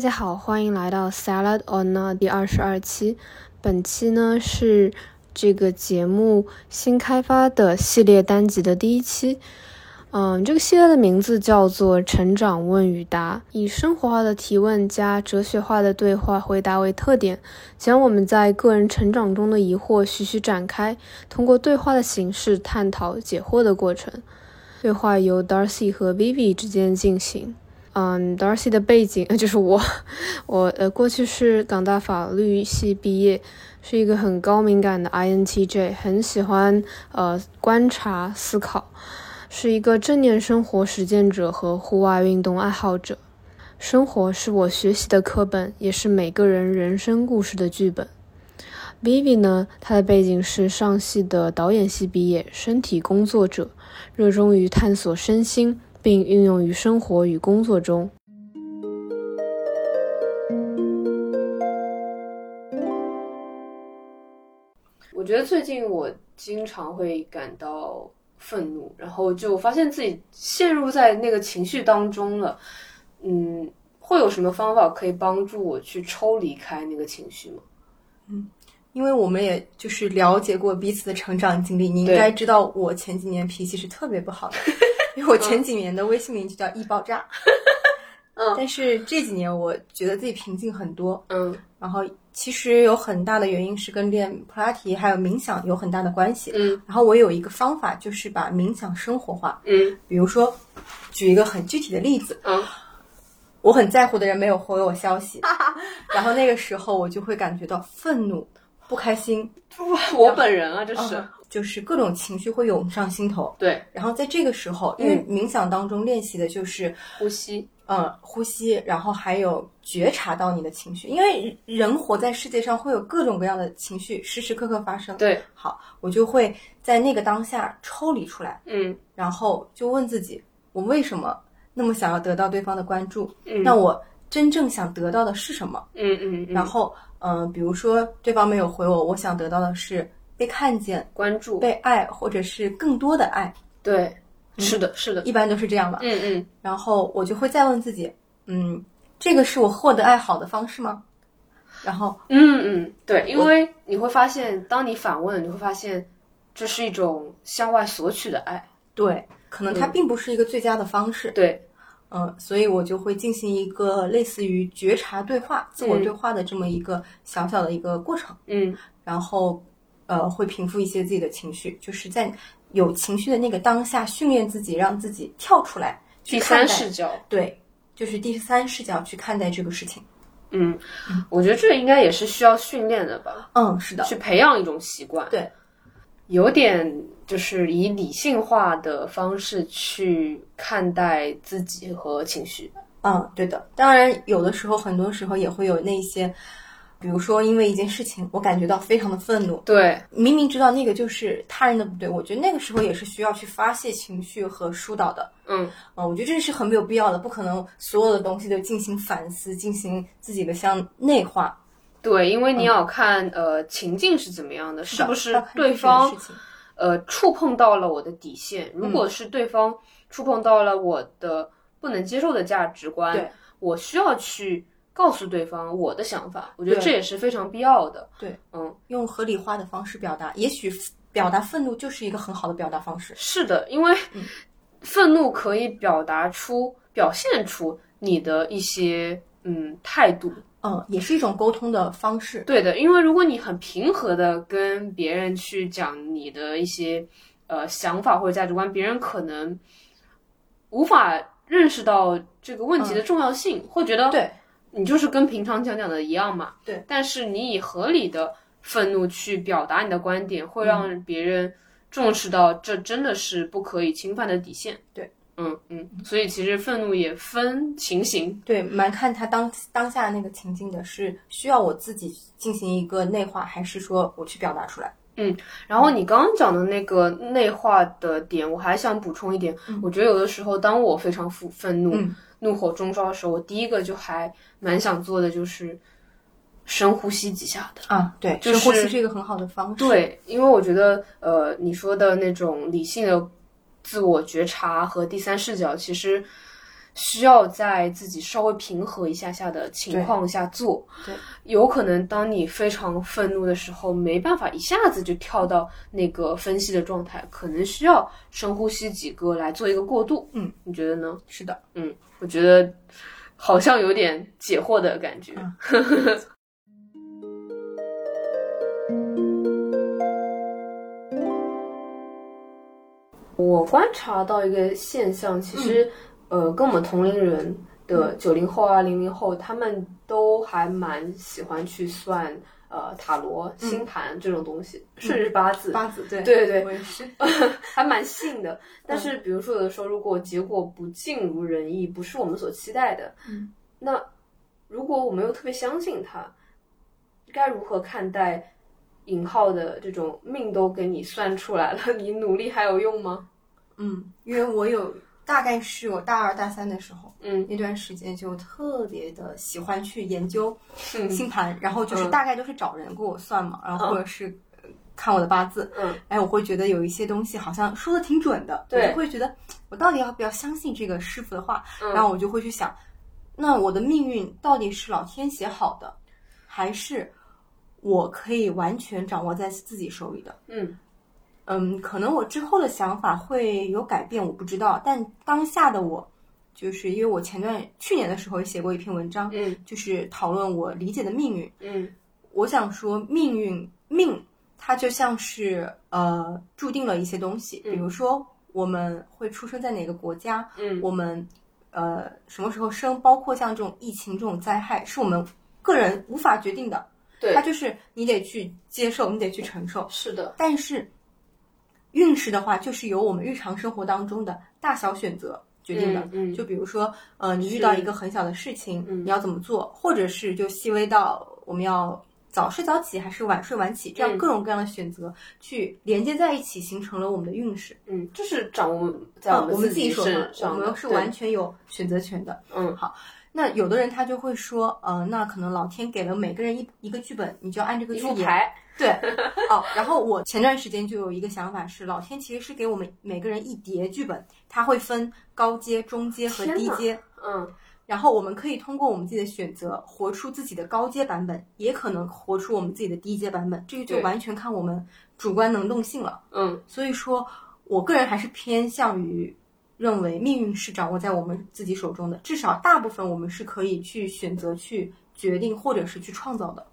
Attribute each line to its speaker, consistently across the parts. Speaker 1: 家好，欢迎来到 Salad or Not 第二十二期。本期呢是这个节目新开发的系列单集的第一期。嗯，这个系列的名字叫做《成长问与答》，以生活化的提问加哲学化的对话回答为特点，将我们在个人成长中的疑惑徐徐展开，通过对话的形式探讨解惑的过程。对话由 Darcy 和 Vivi 之间进行。嗯，Darcy 的背景 呃就是我，我呃过去是港大法律系毕业，是一个很高敏感的 INTJ，很喜欢呃观察思考，是一个正念生活实践者和户外运动爱好者。生活是我学习的课本，也是每个人人生故事的剧本。Vivi 呢，她的背景是上戏的导演系毕业，身体工作者，热衷于探索身心，并运用于生活与工作中。我觉得最近我经常会感到愤怒，然后就发现自己陷入在那个情绪当中了。嗯，会有什么方法可以帮助我去抽离开那个情绪吗？
Speaker 2: 因为我们也就是了解过彼此的成长经历，你应
Speaker 1: 对
Speaker 2: 该知道我前几年脾气是特别 不好的，因为我前几年的微信名就叫易爆炸。
Speaker 1: 嗯
Speaker 2: 但是这几年我觉得自己平静很多，
Speaker 1: 嗯
Speaker 2: 然后其实有很大的原因是跟练普拉提还有冥想有很大的关系。
Speaker 1: 嗯
Speaker 2: 然后我有一个方法，就是把冥想生活化，
Speaker 1: 嗯
Speaker 2: 比如说举一个很具体的例子，
Speaker 1: 嗯
Speaker 2: 我很在乎的人没有回我消息，然后那个时候我就会感觉到愤怒、不开心，
Speaker 1: 我本人啊，这是、
Speaker 2: 嗯就是各种情绪会涌上心头。
Speaker 1: 对
Speaker 2: 然后在这个时候，因为
Speaker 1: 嗯
Speaker 2: 冥想当中练习的就是，
Speaker 1: 呼吸，
Speaker 2: 呃，呼吸，然后还有觉察到你的情绪，因为人活在世界上会有各种各样的情绪，时时刻刻发生。，
Speaker 1: 对，
Speaker 2: 好，我就会在那个当下抽离出来，
Speaker 1: 嗯
Speaker 2: 然后就问自己，我为什么那么想要得到对方的关注？
Speaker 1: 嗯
Speaker 2: 那我真正想得到的是什么？
Speaker 1: 嗯嗯，嗯
Speaker 2: 然后，嗯、比如说对方没有回我，我想得到的是被看见、
Speaker 1: 关注，
Speaker 2: 被爱，或者是更多的爱，
Speaker 1: 对，是的，是的，
Speaker 2: 一般都是这样吧。
Speaker 1: 嗯嗯，
Speaker 2: 然后我就会再问自己，嗯，这个是我获得爱好的方式吗？然后，
Speaker 1: 嗯嗯，对，因为你会发现，当你反问，你会发现这是一种向外索取的爱。
Speaker 2: 对，可能它并不是一个最佳的方式，
Speaker 1: 嗯对，
Speaker 2: 嗯、所以我就会进行一个类似于觉察对话、自我
Speaker 1: 嗯
Speaker 2: 对话的这么一个小小的一个过程，
Speaker 1: 嗯
Speaker 2: 然后，呃，会平复一些自己的情绪，就是在有情绪的那个当下，训练自己，让自己跳出来，去
Speaker 1: 第三
Speaker 2: 看待
Speaker 1: 视角，
Speaker 2: 对，就是第三视角去看待这个事情。
Speaker 1: 嗯，我觉得这应该也是需要训练的吧，
Speaker 2: 嗯，是的，
Speaker 1: 去培养一种习惯。
Speaker 2: 对，
Speaker 1: 有点就是以理性化的方式去看待自己和情绪。
Speaker 2: 嗯，对的。当然，有的时候，很多时候也会有那些，比如说因为一件事情，我感觉到非常的愤怒，
Speaker 1: 对，
Speaker 2: 明明知道那个就是他人的不对，我觉得那个时候也是需要去发泄情绪和疏导的。
Speaker 1: 嗯
Speaker 2: 嗯，我觉得这是很没有必要的，不可能所有的东西都进行反思，进行自己的向内化，
Speaker 1: 对，因为你要看、呃情境是怎么样的，是不
Speaker 2: 要
Speaker 1: 是
Speaker 2: 看
Speaker 1: 对
Speaker 2: 具体的
Speaker 1: 方
Speaker 2: 事情嗯
Speaker 1: 呃触碰到了我的底线？如果是对方触碰到了我的不能接受的价值观
Speaker 2: 对，
Speaker 1: 我需要去告诉对方我的想法。我觉得
Speaker 2: 对
Speaker 1: 这也是非常必要的。
Speaker 2: 对，
Speaker 1: 嗯，
Speaker 2: 用合理化的方式表达，也许表达愤怒就是一个很好的表达方式。
Speaker 1: 是的，因为
Speaker 2: 嗯
Speaker 1: 愤怒可以表达出、表现出你的一些嗯态度。
Speaker 2: 嗯，也是一种沟通的方式。
Speaker 1: 对的，因为如果你很平和的跟别人去讲你的一些呃想法或者价值观，别人可能无法认识到这个问题的重要性，会觉得
Speaker 2: 嗯对，
Speaker 1: 你就是跟平常讲讲的一样嘛。
Speaker 2: 对，
Speaker 1: 但是你以合理的愤怒去表达你的观点，会让别人重视到这真的是不可以侵犯的底线。
Speaker 2: 对，
Speaker 1: 嗯嗯，所以其实愤怒也分情形。
Speaker 2: 对，蛮看他当当下那个情境的，是需要我自己进行一个内化，还是说我去表达出来？
Speaker 1: 然后你刚刚讲的那个内化的点，我还想补充一点。我觉得有的时候，当我非常愤愤怒、
Speaker 2: 嗯
Speaker 1: 怒火中烧的时候，我第一个就还蛮想做的就是深呼吸几下的。
Speaker 2: 啊，对，
Speaker 1: 就
Speaker 2: 深呼
Speaker 1: 是
Speaker 2: 吸是一个很好的方式。，
Speaker 1: 对，因为我觉得，呃，你说的那种理性的自我觉察和第三视角，其实需要在自己稍微平和一下下的情况下做。
Speaker 2: 对，
Speaker 1: 有可能当你非常愤怒的时候，没办法一下子就跳到那个分析的状态，可能需要深呼吸几个来做一个过渡。
Speaker 2: 嗯，
Speaker 1: 你觉得呢？
Speaker 2: 是的，
Speaker 1: 嗯，我觉得好像有点解惑的感觉。
Speaker 2: 嗯
Speaker 1: 我观察到一个现象，其实、呃，跟我们同龄人的九零后啊、零零后，他们都还蛮喜欢去算呃塔罗、
Speaker 2: 嗯
Speaker 1: 星盘这种东西，甚至是八字。
Speaker 2: 八字对
Speaker 1: 对对
Speaker 2: 我也是，
Speaker 1: 还蛮信的。但是
Speaker 2: 嗯
Speaker 1: 比如说有的时候，如果结果不尽如人意，不是我们所期待的，
Speaker 2: 嗯，
Speaker 1: 那如果我们又特别相信他，该如何看待引号的这种命都给你算出来了，你努力还有用吗？
Speaker 2: 嗯，因为我有大概是我大二大三的时候，
Speaker 1: 嗯
Speaker 2: 那段时间就特别的喜欢去研究
Speaker 1: 嗯
Speaker 2: 星盘，然后就是
Speaker 1: 嗯
Speaker 2: 大概都是找人给我算嘛，然后
Speaker 1: 嗯
Speaker 2: 或者是呃看我的八字，
Speaker 1: 嗯，
Speaker 2: 哎，我会觉得有一些东西好像说的挺准的，
Speaker 1: 对
Speaker 2: 我就会觉得我到底要不要相信这个师傅的话，
Speaker 1: 嗯
Speaker 2: 然后我就会去想，那我的命运到底是老天写好的，还是我可以完全掌握在自己手里的？
Speaker 1: 嗯
Speaker 2: 嗯，可能我之后的想法会有改变，我不知道。但当下的我，就是因为我前段去年的时候也写过一篇文章，
Speaker 1: 嗯
Speaker 2: 就是讨论我理解的命运。
Speaker 1: 嗯
Speaker 2: 我想说，命运命它就像是呃注定了一些东西，比
Speaker 1: 嗯
Speaker 2: 如说我们会出生在哪个国家，
Speaker 1: 嗯
Speaker 2: 我们呃什么时候生，包括像这种疫情这种灾害，是我们个人无法决定的。
Speaker 1: 对
Speaker 2: 它就是你得去接受，你得去承受。
Speaker 1: 是的，
Speaker 2: 但是运势的话，就是由我们日常生活当中的大小选择决定的。
Speaker 1: 嗯嗯
Speaker 2: 就比如说，呃，你
Speaker 1: 是
Speaker 2: 遇到一个很小的事情，
Speaker 1: 嗯
Speaker 2: 你要怎么做，或者是就细微到我们要早睡早起还是晚睡晚起，这样
Speaker 1: 嗯
Speaker 2: 各种各样的选择、去连接在一起，形成了我们的运势。
Speaker 1: 嗯，就是掌握在
Speaker 2: 啊
Speaker 1: 我
Speaker 2: 我
Speaker 1: 们
Speaker 2: 们
Speaker 1: 己
Speaker 2: 手
Speaker 1: 身
Speaker 2: 上，我
Speaker 1: 上的，
Speaker 2: 们是
Speaker 1: 对
Speaker 2: 完全有选择权的。
Speaker 1: 嗯
Speaker 2: 那有的人他就会说，呃，那可能老天给了每个人一一个剧本，你就要按这个
Speaker 1: 一
Speaker 2: 去
Speaker 1: 副
Speaker 2: 演。
Speaker 1: 牌，
Speaker 2: 对，哦，然后我前段时间就有一个想法是，老天其实是给我们每个人一叠剧本，它会分高阶、中阶和低阶，
Speaker 1: 嗯
Speaker 2: 然后我们可以通过我们自己的选择，活出自己的高阶版本，也可能活出我们自己的低阶版本，这个就
Speaker 1: 对
Speaker 2: 完全看我们主观能动性了。
Speaker 1: 嗯
Speaker 2: 所以说我个人还是偏向于认为命运是掌握在我们自己手中的，至少大部分我们是可以去选择去决定或者是去创造的。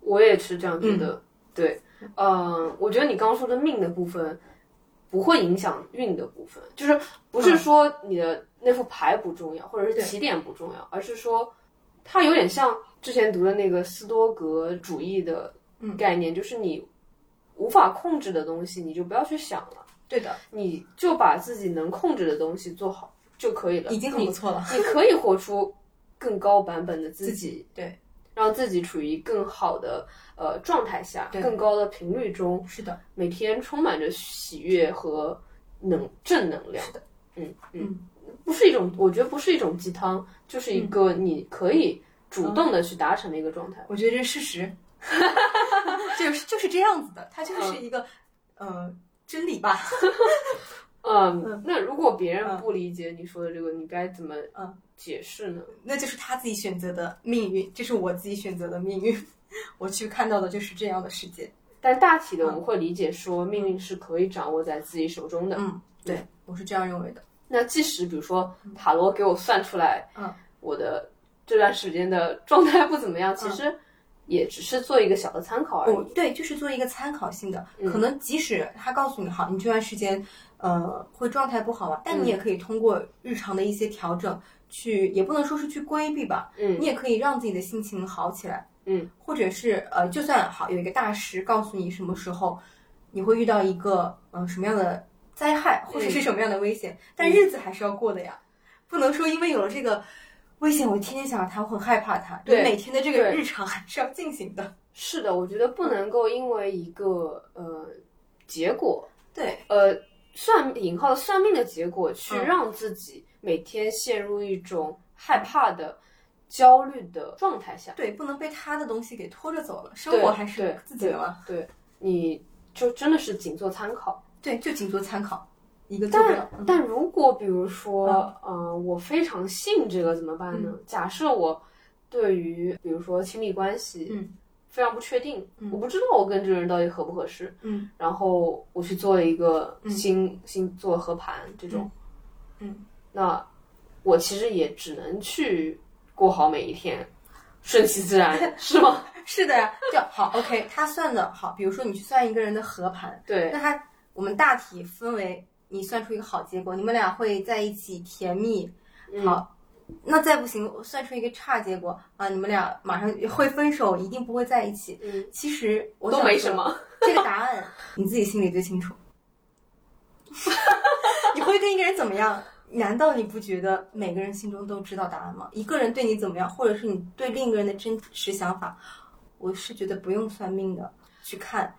Speaker 1: 我也是这样觉
Speaker 2: 嗯
Speaker 1: 得。对，呃，我觉得你刚刚说的命的部分不会影响运的部分，就是不是说你的那副牌不重要，或者是
Speaker 2: 嗯对
Speaker 1: 起点不重要，而是说它有点像之前读的那个斯多格主义的
Speaker 2: 嗯
Speaker 1: 概念，就是你无法控制的东西，你就不要去想了，
Speaker 2: 对的，
Speaker 1: 你就把自己能控制的东西做好就可以了，
Speaker 2: 已经很
Speaker 1: 你
Speaker 2: 不错了。
Speaker 1: 你可以活出更高版本的自己，
Speaker 2: 对，
Speaker 1: 让自己处于更好的呃状态下，
Speaker 2: 对
Speaker 1: 更高的频率中，
Speaker 2: 嗯是的。
Speaker 1: 每天充满着喜悦和能正能量。
Speaker 2: 是的，
Speaker 1: 嗯嗯
Speaker 2: 嗯，
Speaker 1: 不是一种，我觉得不是一种鸡汤，就是一个你可以
Speaker 2: 嗯
Speaker 1: 主动的去达成的一个状态。
Speaker 2: 我觉得这是事实， 就是就是这样子的，它就是一个呃真理吧。
Speaker 1: 嗯
Speaker 2: 嗯，
Speaker 1: 那如果别人
Speaker 2: 嗯
Speaker 1: 不理解你说的这个，你该怎么
Speaker 2: 嗯
Speaker 1: 解释呢？
Speaker 2: 那就是他自己选择的命运，这是我自己选择的命运。我去看到的就是这样的世界。
Speaker 1: 但大体的
Speaker 2: 嗯
Speaker 1: 我们会理解说，命运是可以掌握在自己手中的。
Speaker 2: 嗯，对，我是这样认为的。
Speaker 1: 那即使比如说塔罗给我算出来，
Speaker 2: 嗯，
Speaker 1: 我的这段时间的 状态不怎么样，其实也只是做一个小的参考而
Speaker 2: 嗯哦
Speaker 1: 已。，
Speaker 2: 对，就是做一个参考性的，
Speaker 1: 嗯
Speaker 2: 可能即使他告诉你好，你这段时间呃会状态不好吧，
Speaker 1: 嗯
Speaker 2: 但你也可以通过日常的一些调整去，也不能说是去规避吧，
Speaker 1: 嗯
Speaker 2: 你也可以让自己的心情好起来，
Speaker 1: 嗯，
Speaker 2: 或者是呃，就算好有一个大师告诉你什么时候你会遇到一个呃什么样的灾害或
Speaker 1: 嗯
Speaker 2: 者是什么样的危险，但日子还是要过的呀，不能说因为有了这个。危险，我天天想着它，我很害怕它。你
Speaker 1: 对
Speaker 2: 每天的这个
Speaker 1: 对
Speaker 2: 日常还是要进行的。
Speaker 1: 是的，我觉得不能够因为一个呃结果，
Speaker 2: 对，
Speaker 1: 呃算引号的算命的结果，去
Speaker 2: 嗯
Speaker 1: 让自己每天陷入一种害怕的、焦虑的状态下。
Speaker 2: 对，不能被他的东西给拖着走了，生
Speaker 1: 对
Speaker 2: 活还是
Speaker 1: 对
Speaker 2: 自己的嘛。
Speaker 1: 对，对你就真的是仅做参考。
Speaker 2: 对，就仅做参考。一个坐标嗯
Speaker 1: 但。但如果比如说，嗯、我非常信这个怎么办
Speaker 2: 嗯
Speaker 1: 呢？假设我对于比如说亲密关系，
Speaker 2: 嗯，
Speaker 1: 非常不确定，
Speaker 2: 嗯
Speaker 1: 我不知道我跟这个人到底合不合适，
Speaker 2: 嗯，
Speaker 1: 然后我去做了一个
Speaker 2: 嗯
Speaker 1: 星、星座合盘这种，
Speaker 2: 嗯嗯
Speaker 1: 那我其实也只能去过好每一天，顺其自然， 是吗？
Speaker 2: 是的呀，就好 OK，他算的好，比如说你去算一个人的合盘，
Speaker 1: 对，
Speaker 2: 那他我们大体分为你算出一个好结果，你们俩会在一起甜蜜，
Speaker 1: 嗯
Speaker 2: 好。那再不行，我算出一个差结果啊，你们俩马上会分手，一定不会在一起。
Speaker 1: 嗯，
Speaker 2: 其实我
Speaker 1: 都
Speaker 2: 想
Speaker 1: 没
Speaker 2: 说
Speaker 1: 什么。
Speaker 2: 这个答案啊你自己心里最清楚。 你会跟一个人怎么样？难道你不觉得每个人心中都知道答案吗？一个人对你怎么样，或者是你对另一个人的真实想法，我是觉得不用算命的去看，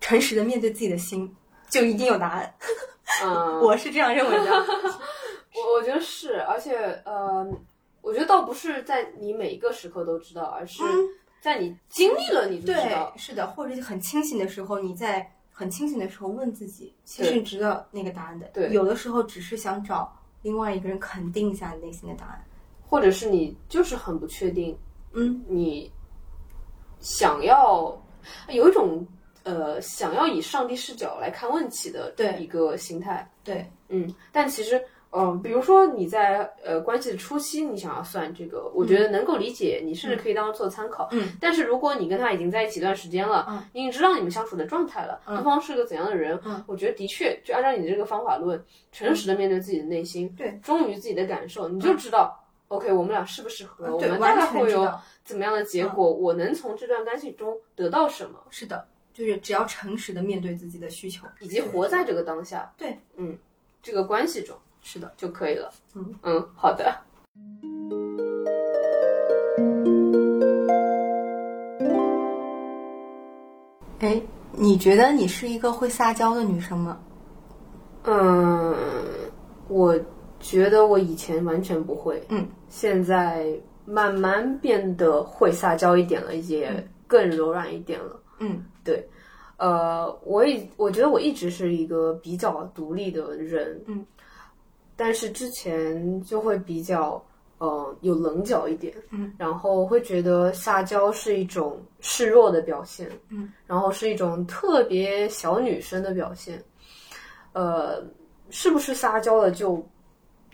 Speaker 2: 诚实的面对自己的心，就一定有答案。
Speaker 1: 嗯，
Speaker 2: 我是这样认为的。
Speaker 1: 我我觉得是，而且呃，我觉得倒不是在你每一个时刻都知道，而是
Speaker 2: 嗯
Speaker 1: 在你经历了你就知
Speaker 2: 对
Speaker 1: 道，。
Speaker 2: 是的，或者是很清醒的时候，你在很清醒的时候问自己，其实
Speaker 1: 对
Speaker 2: 你知道那个答案的。
Speaker 1: 对
Speaker 2: 有的时候只是想找另外一个人肯定一下你内心的答案。
Speaker 1: 或者是你就是很不确定，
Speaker 2: 嗯，
Speaker 1: 你想要有一种呃想要以上帝视角来看问题的
Speaker 2: 对
Speaker 1: 一个心态。
Speaker 2: 对，
Speaker 1: 嗯，但其实，嗯、比如说你在呃关系的初期，你想要算这个，我觉得能够理解，你甚至可以当做参考。
Speaker 2: 嗯，
Speaker 1: 但是如果你跟他已经在一起一段时间了，
Speaker 2: 嗯
Speaker 1: 你已经知道你们相处的状态了，对方是个怎样的人，
Speaker 2: 嗯
Speaker 1: 我觉得的确，就按照你这个方法论，诚实的面对自己的内心，
Speaker 2: 对，嗯
Speaker 1: 忠于自己的感受，你就知道。OK，我们俩适不适合？我
Speaker 2: 对，
Speaker 1: 们大
Speaker 2: 完
Speaker 1: 概
Speaker 2: 全
Speaker 1: 会
Speaker 2: 知
Speaker 1: 有
Speaker 2: 道。嗯
Speaker 1: 怎么样的结果？我能从这段关系中得到什么，
Speaker 2: 是的，就是只要诚实的面对自己的需求，
Speaker 1: 以及活在这个当下。
Speaker 2: 对，
Speaker 1: 嗯，这个关系中。
Speaker 2: 是的，
Speaker 1: 就可以了。
Speaker 2: 嗯
Speaker 1: 嗯，好的。
Speaker 2: 哎，你觉得你是一个会撒娇的女生吗？
Speaker 1: 嗯，我觉得我以前完全不会，
Speaker 2: 嗯，
Speaker 1: 现在慢慢变得会撒娇一点了，也更柔软一点了。
Speaker 2: 嗯
Speaker 1: 呃，我也我觉得我一直是一个比较独立的人，
Speaker 2: 嗯，
Speaker 1: 但是之前就会比较呃有棱角一点，
Speaker 2: 嗯，
Speaker 1: 然后会觉得撒娇是一种示弱的表现，
Speaker 2: 嗯，
Speaker 1: 然后是一种特别小女生的表现，呃，是不是撒娇了就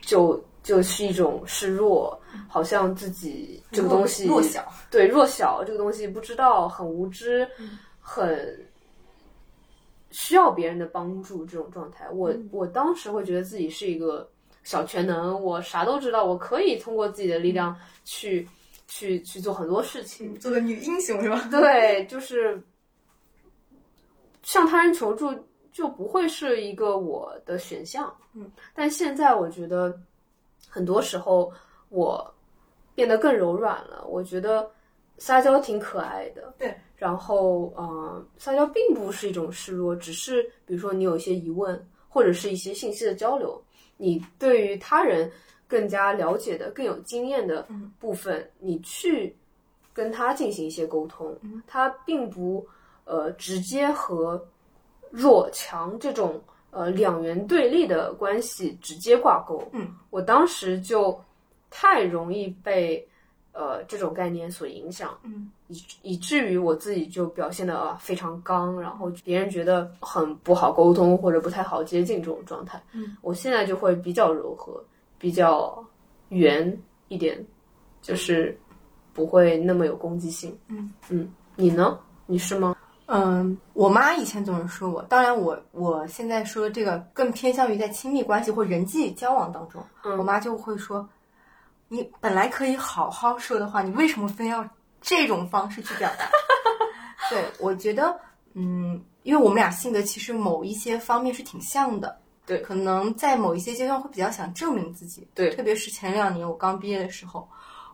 Speaker 1: 就就是一种示弱，好像自己这个东西
Speaker 2: 弱弱小，
Speaker 1: 对弱小这个东西不知道，很无知，很需要别人的帮助这种状态。我、我当时会觉得自己是一个小全能，我啥都知道，我可以通过自己的力量去去去做很多事情。
Speaker 2: 做个女英雄是吧？
Speaker 1: 对，就是向他人求助就不会是一个我的选项。
Speaker 2: 嗯，
Speaker 1: 但现在我觉得很多时候我变得更柔软了。我觉得撒娇挺可爱的。
Speaker 2: 对。
Speaker 1: 然后，嗯、撒娇并不是一种示弱，只是比如说你有一些疑问，或者是一些信息的交流，你对于他人更加了解的、更有经验的
Speaker 2: 嗯
Speaker 1: 部分，你去跟他进行一些沟
Speaker 2: 嗯
Speaker 1: 通，他并不呃直接和弱强这种呃两元对立的关系直接挂钩。
Speaker 2: 嗯，
Speaker 1: 我当时就太容易被呃这种概念所影响，
Speaker 2: 嗯，
Speaker 1: 以以至于我自己就表现的、啊、非常刚，然后别人觉得很不好沟通或者不太好接近这种状态。
Speaker 2: 嗯，
Speaker 1: 我现在就会比较柔和，比较圆一点，就是不会那么有攻击性。
Speaker 2: 嗯
Speaker 1: 嗯，你呢？你是吗？
Speaker 2: 嗯，我妈以前总是说我，当然我我现在说这个更偏向于在亲密关系或人际交往当中，
Speaker 1: 嗯
Speaker 2: 我妈就会说，你本来可以好好说的话，你为什么非要这种方式去表达？ 对，我觉得，嗯，因为我们俩性格其实某一些方面是挺像的，
Speaker 1: 对
Speaker 2: 可能在某一些阶段会比较想证明自己，
Speaker 1: 对
Speaker 2: 特别是前两年我刚毕业的时候，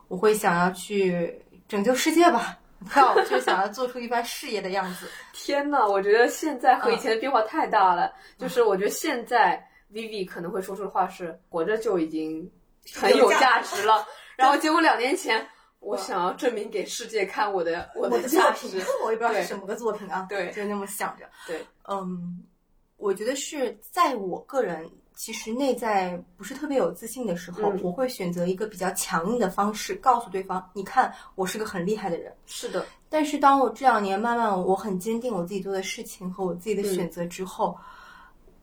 Speaker 2: 我会想要去拯救世界吧。不要，就是想要做出一番事业的样子。
Speaker 1: 天呐，我觉得现在和
Speaker 2: 嗯
Speaker 1: 以前的变化太大了。就是我觉得现在 Vivi 可能会说出的话是“活着就已经很有价值
Speaker 2: 嗯
Speaker 1: 了”， 然后结果两年前，我想要证明给世界看我的 我
Speaker 2: 我
Speaker 1: 的
Speaker 2: 的作
Speaker 1: 价值
Speaker 2: 品。，我也不知道是
Speaker 1: 对
Speaker 2: 什么个作品啊，
Speaker 1: 对
Speaker 2: 就那么想着。
Speaker 1: 对，
Speaker 2: 嗯，我觉得是在我个人其实内在不是特别有自信的时候，我会选择一个比较强硬的方式告诉对方：“你看，我是个很厉害的人。
Speaker 1: 是的，”
Speaker 2: 但是当我这两年慢慢我很坚定我自己做的事情和我自己的选择之后，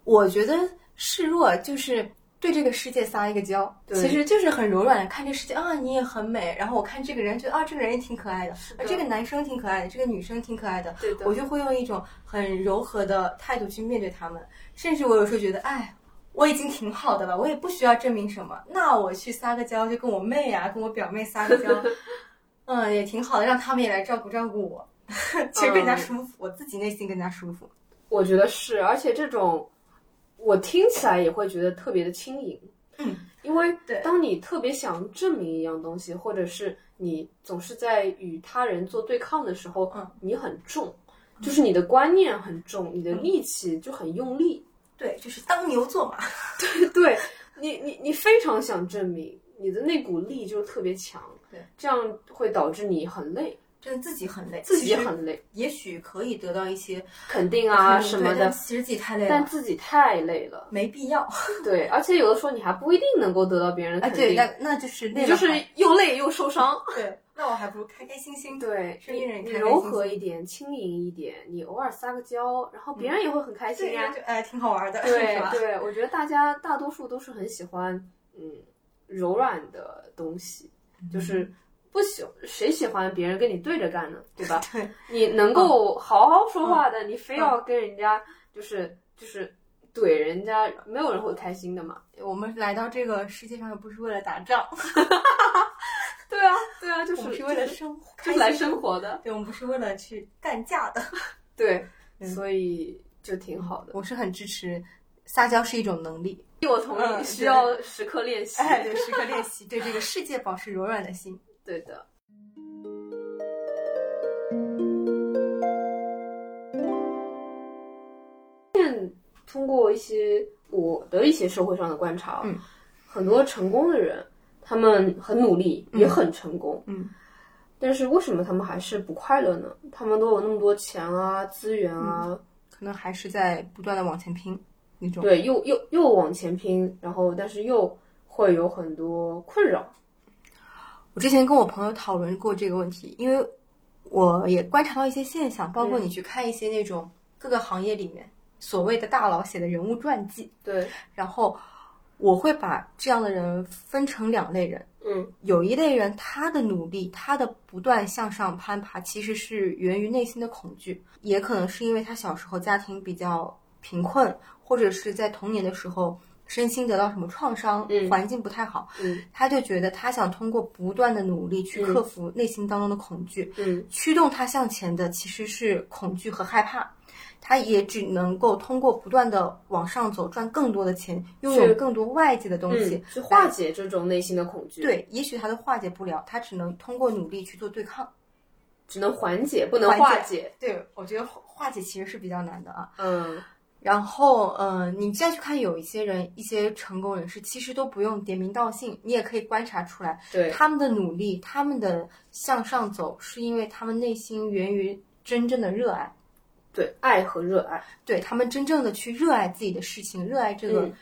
Speaker 2: 我觉得示弱就是对这个世界撒一个娇，
Speaker 1: 对
Speaker 2: 其实就是很柔软的看这世界啊，你也很美。然后我看这个人，觉得啊，这个人也挺可爱的，
Speaker 1: 的
Speaker 2: 啊，这个男生挺可爱的，这个女生挺可爱的，
Speaker 1: 对的
Speaker 2: 我就会用一种很柔和的态度去面对他们，甚至我有时候觉得，哎，我已经挺好的了，我也不需要证明什么，那我去撒个娇，就跟我妹啊，跟我表妹撒个 娇，嗯，也挺好的，让他们也来照顾照顾我， 其实更
Speaker 1: 嗯
Speaker 2: 加舒服，我自己内心更加舒服。
Speaker 1: 我觉得是，而且这种我听起来也会觉得特别的轻盈。
Speaker 2: 嗯，
Speaker 1: 因为
Speaker 2: 对
Speaker 1: 当你特别想证明一样东西，或者是你总是在与他人做对抗的时候，
Speaker 2: 嗯
Speaker 1: 你很重，就是你的观念很重，你的
Speaker 2: 嗯
Speaker 1: 力气就很用力。
Speaker 2: 对，就是当牛做马。
Speaker 1: 对你，你你非常想证明，你的那股力就特别强。
Speaker 2: 对，
Speaker 1: 这样会导致你很累，
Speaker 2: 真的自己很累，
Speaker 1: 自己也
Speaker 2: 其实
Speaker 1: 很累，
Speaker 2: 也许可以得到一些
Speaker 1: 肯定啊
Speaker 2: 肯定
Speaker 1: 什么
Speaker 2: 对但
Speaker 1: 的，
Speaker 2: 其实自己太累
Speaker 1: 但
Speaker 2: 了，
Speaker 1: 自己太累了。
Speaker 2: 没必要。
Speaker 1: 对，而且有的时候你还不一定能够得到别人的
Speaker 2: 哎，
Speaker 1: 肯定。
Speaker 2: 对，那那就是
Speaker 1: 你
Speaker 2: 累了
Speaker 1: 就是
Speaker 2: 还
Speaker 1: 又累又受伤。
Speaker 2: 对，那我还不如开开心心。
Speaker 1: 对，
Speaker 2: 是一人
Speaker 1: 你
Speaker 2: 开开
Speaker 1: 柔
Speaker 2: 心
Speaker 1: 和
Speaker 2: 心
Speaker 1: 一点，轻盈一点，你偶尔撒个娇，然后别人也会很开心
Speaker 2: 嗯对呀，
Speaker 1: 呀、
Speaker 2: 就 哎，挺好玩的，
Speaker 1: 对
Speaker 2: 是吧？
Speaker 1: 对，我觉得大家大多数都是很喜欢嗯柔软的东西，
Speaker 2: 嗯
Speaker 1: 就是不喜谁喜欢别人跟你对着干呢，对吧？
Speaker 2: 对，嗯
Speaker 1: 你能够好好说话的，你非要跟人家就是就是怼人家，没有人会开心的嘛。
Speaker 2: 我们来到这个世界上又不是为了打仗，
Speaker 1: 对啊， 对啊，就
Speaker 2: 我
Speaker 1: 是
Speaker 2: 们是为了
Speaker 1: 就是
Speaker 2: 生 活，
Speaker 1: 就
Speaker 2: 开
Speaker 1: 是来
Speaker 2: 心
Speaker 1: 生活的，
Speaker 2: 对，我们不是为了去干架的。
Speaker 1: 对，
Speaker 2: 嗯
Speaker 1: 所以就挺好的。
Speaker 2: 我是很支持，撒娇是一种能力，
Speaker 1: 我同意，
Speaker 2: 嗯
Speaker 1: 需要时刻练习。
Speaker 2: 哎，对，时刻练 习，对这个世界保持柔软的心。
Speaker 1: 对的。通过一些我的一些社会上的观察，
Speaker 2: 嗯
Speaker 1: 很多成功的人，他们很努力，也很成功，
Speaker 2: 嗯，
Speaker 1: 但是为什么他们还是不快乐呢？他们都有那么多钱啊、资源啊，
Speaker 2: 可能还是在不断的往前拼那种。
Speaker 1: 对，又又又往前拼，然后但是又会有很多困扰。
Speaker 2: 我之前跟我朋友讨论过这个问题，因为我也观察到一些现象，包括
Speaker 1: 嗯
Speaker 2: 你去看一些那种各个行业里面所谓的大佬写的人物传记，
Speaker 1: 对，
Speaker 2: 然后我会把这样的人分成两类人。
Speaker 1: 嗯，
Speaker 2: 有一类人，他的努力，他的不断向上攀爬，其实是源于内心的恐惧，也可能是因为他小时候家庭比较贫困，或者是在童年的时候身心得到什么创伤，
Speaker 1: 嗯
Speaker 2: 环境不太好，
Speaker 1: 嗯
Speaker 2: 他就觉得他想通过不断的努力去
Speaker 1: 嗯
Speaker 2: 克服内心当中的恐惧，
Speaker 1: 嗯
Speaker 2: 驱动他向前的其实是恐惧和害怕。他也只能够通过不断的往上走，赚更多的钱，拥
Speaker 1: 是
Speaker 2: 有更多外界的东西，
Speaker 1: 嗯，去化解这种内心的恐惧。，
Speaker 2: 对，也许他都化解不了，他只能通过努力去做对抗。
Speaker 1: 只能缓解，不能化
Speaker 2: 缓
Speaker 1: 解。
Speaker 2: 对，我觉得化化解其实是比较难的啊。
Speaker 1: 嗯，
Speaker 2: 然后，呃，你再去看有一些人，一些成功人士，其实都不用点名道姓，你也可以观察出来，
Speaker 1: 对，
Speaker 2: 他们的努力，他们的向上走，是因为他们内心源于真正的热爱，
Speaker 1: 对，爱和热爱。
Speaker 2: 对他们真正的去热爱自己的事情，热爱这个
Speaker 1: 嗯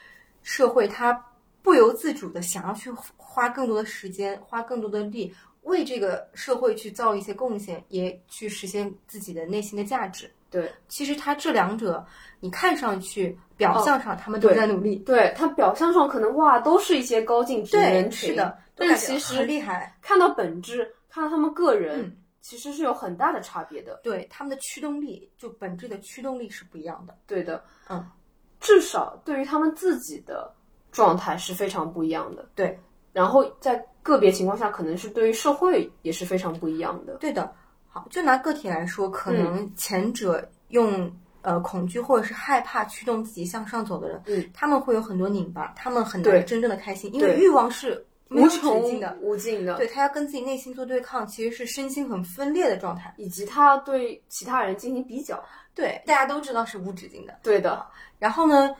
Speaker 2: 社会，他不由自主的想要去花更多的时间，花更多的力，为这个社会去造一些贡献，也去实现自己的内心的价值。
Speaker 1: 对，
Speaker 2: 其实他这两者，你看上去表象上他们都
Speaker 1: 哦对
Speaker 2: 在努力，
Speaker 1: 对他表象上可能哇，都是一些高净值人
Speaker 2: 对，
Speaker 1: 群，
Speaker 2: 是的，都
Speaker 1: 但
Speaker 2: 感觉
Speaker 1: 其
Speaker 2: 很
Speaker 1: 实
Speaker 2: 厉害，
Speaker 1: 看到本质，看到他们个人，
Speaker 2: 嗯
Speaker 1: 其实是有很大的差别的。
Speaker 2: 对他们的驱动力，就本质的驱动力是不一样的。
Speaker 1: 对的，
Speaker 2: 嗯，
Speaker 1: 至少对于他们自己的状态是非常不一样的。
Speaker 2: 对，
Speaker 1: 然后在个别情况下，可能是对于社会也是非常不一样的。
Speaker 2: 对的，好，就拿个体来说，
Speaker 1: 嗯
Speaker 2: 可能前者用、呃恐惧或者是害怕驱动自己向上走的人，
Speaker 1: 嗯，
Speaker 2: 他们会有很多拧巴，他们很
Speaker 1: 对
Speaker 2: 难真正的开心，因为
Speaker 1: 对
Speaker 2: 欲望是没
Speaker 1: 无
Speaker 2: 有止
Speaker 1: 穷
Speaker 2: 境的。
Speaker 1: 无尽的，
Speaker 2: 对他要跟自己内心做对抗，其实是身心很分裂的状态。
Speaker 1: 以及他对其他人进行比较。
Speaker 2: 对，大家都知道是无止境的。
Speaker 1: 对的，
Speaker 2: 然后呢，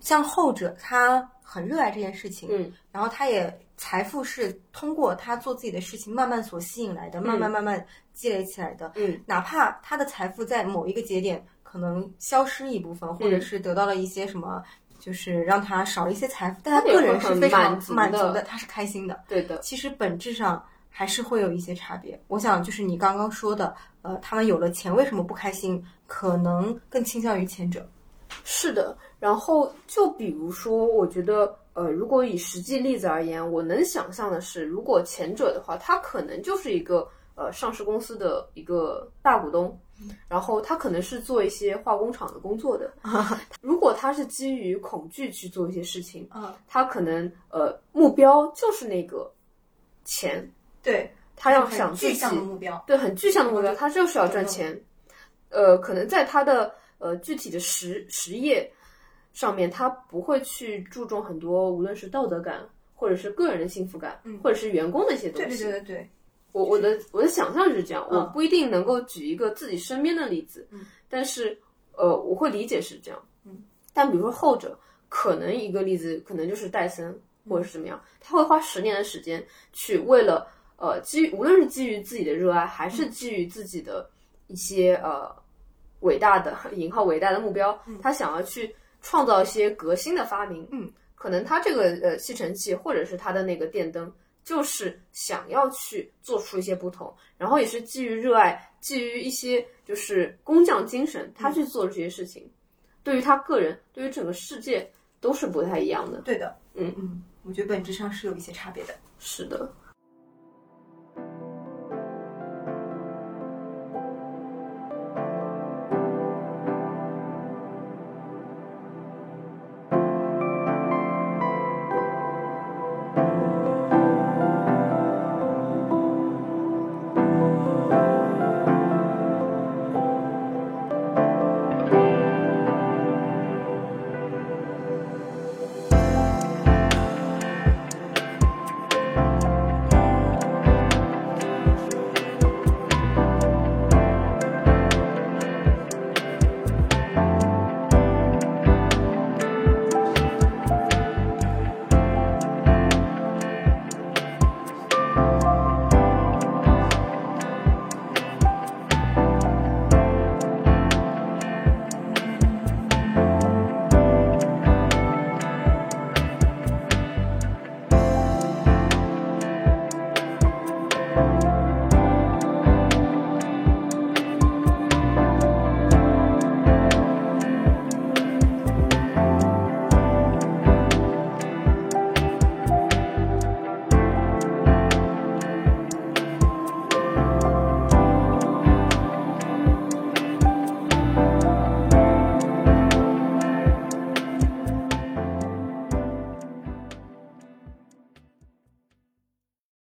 Speaker 2: 像后者，他很热爱这件事情，
Speaker 1: 嗯，
Speaker 2: 然后他也财富是通过他做自己的事情慢慢所吸引来的，慢慢慢慢积累起来的，
Speaker 1: 嗯，
Speaker 2: 哪怕
Speaker 1: 嗯
Speaker 2: 他的财富在某一个节点可能消失一部分，或者是得到了一些什么就是让他少了一些财富，但他
Speaker 1: 他也
Speaker 2: 个
Speaker 1: 会
Speaker 2: 人是
Speaker 1: 很
Speaker 2: 非常
Speaker 1: 满足
Speaker 2: 满足
Speaker 1: 的
Speaker 2: 的，他是开心的。
Speaker 1: 对的，
Speaker 2: 其实本质上还是会有一些差别。我想就是你刚刚说的，呃，他们有了钱为什么不开心？可能更倾向于前者。
Speaker 1: 是的。然后就比如说，我觉得，呃，如果以实际例子而言，我能想象的是，如果前者的话，他可能就是一个呃上市公司的一个大股东，
Speaker 2: 嗯
Speaker 1: 然后他可能是做一些化工厂的工作的。
Speaker 2: 啊
Speaker 1: 如果他是基于恐惧去做一些事情，
Speaker 2: 嗯，
Speaker 1: 他可能呃目标就是那个钱，
Speaker 2: 对，
Speaker 1: 他要想
Speaker 2: 具
Speaker 1: 自己
Speaker 2: 象的目标。
Speaker 1: 对，很具象的目标，
Speaker 2: 嗯
Speaker 1: 他就是要赚钱。呃，可能在他的呃具体的实实业上面，他不会去注重很多，无论是道德感，或者是个人的幸福感，
Speaker 2: 嗯
Speaker 1: 或者是员工的一些东
Speaker 2: 对
Speaker 1: 西。
Speaker 2: 对对对对，
Speaker 1: 我我的我的想象是这样，
Speaker 2: 嗯
Speaker 1: 我不一定能够举一个自己身边的例子，
Speaker 2: 嗯
Speaker 1: 但是呃，我会理解是这样。
Speaker 2: 嗯，
Speaker 1: 但比如说后者，可能一个例子可能就是戴
Speaker 2: 嗯
Speaker 1: 森或者是怎么样，他会花十年的时间去为了呃基于无论是基于自己的热爱，还
Speaker 2: 嗯
Speaker 1: 是基于自己的一些呃伟大的 引号伟大的目标，他想要去创造一些革新的发明。
Speaker 2: 嗯，
Speaker 1: 可能他这个呃吸尘器或者是他的那个电灯，就是想要去做出一些不同，然后也是基于热爱，基于一些就是工匠精神，
Speaker 2: 嗯
Speaker 1: 他去做这些事情，对于他个人，对于整个世界都是不太一样的。
Speaker 2: 对的，
Speaker 1: 嗯
Speaker 2: 嗯，我觉得本质上是有一些差别的。
Speaker 1: 是的，